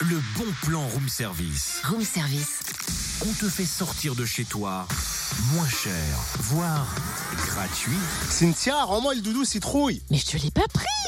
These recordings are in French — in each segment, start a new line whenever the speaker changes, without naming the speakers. Le bon plan room service.
Room service.
On te fait sortir de chez toi moins cher, voire gratuit.
Cynthia, rends-moi le doudou citrouille.
Mais je te l'ai pas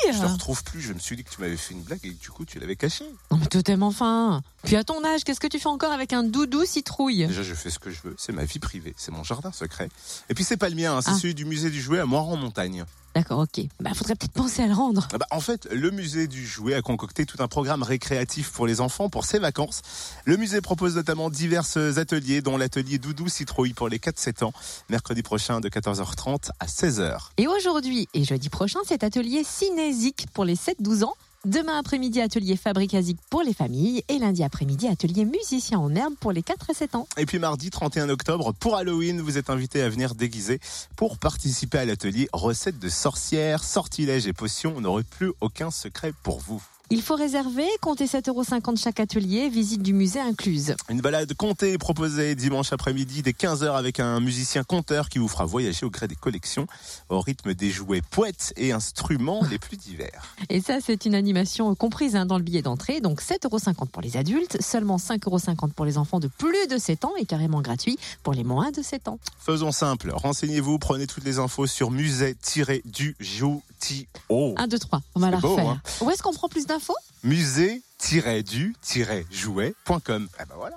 Je te
pris
retrouve plus, je me suis dit que tu m'avais fait une blague et que du coup tu l'avais caché.
Non Oh, mais totem enfin Puis à ton âge, qu'est-ce que tu fais encore avec un doudou citrouille
Déjà, je fais ce que je veux, c'est ma vie privée, c'est mon jardin secret. Et puis c'est pas le mien, hein, c'est
Ah.
celui du musée du jouet à Moire-en-Montagne.
D'accord, ok. Bah faudrait peut-être penser à le rendre.
Ah bah, en fait, le musée du jouet a concocté tout un programme récréatif pour les enfants pour ses vacances. Le musée propose notamment divers ateliers, dont l'atelier Doudou Citrouille pour les 4-7 ans, mercredi prochain de 14h30 à 16h.
Et aujourd'hui et jeudi prochain, cet atelier cinésique pour les 7-12 ans. Demain après-midi, atelier fabricasique pour les familles. Et lundi après-midi, atelier musicien en herbe pour les 4 et 7 ans.
Et puis mardi 31 octobre, pour Halloween, vous êtes invité à venir déguiser pour participer à l'atelier recettes de sorcières, sortilèges et potions. On n'aurait plus aucun secret pour vous.
Il faut réserver, compter 7,50€ chaque atelier, visite du musée incluse.
Une balade comptée est proposée dimanche après-midi dès 15h avec un musicien conteur qui vous fera voyager au gré des collections au rythme des jouets poètes et instruments les plus divers.
Et ça, c'est une animation comprise hein, dans le billet d'entrée, donc 7,50€ pour les adultes, seulement 5,50€ pour les enfants de plus de 7 ans et carrément gratuit pour les moins de 7 ans.
Faisons simple, renseignez-vous, prenez toutes les infos sur musée-du-jouti-o.
1, 2, 3, on va
C'est
la
beau,
refaire.
hein.
Où est-ce qu'on prend plus d'infos
musée-du-jouet.com. Ah bah voilà.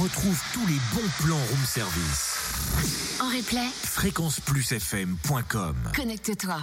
Retrouve tous les bons plans room service.
En replay,
Fréquenceplusfm.com
connecte-toi.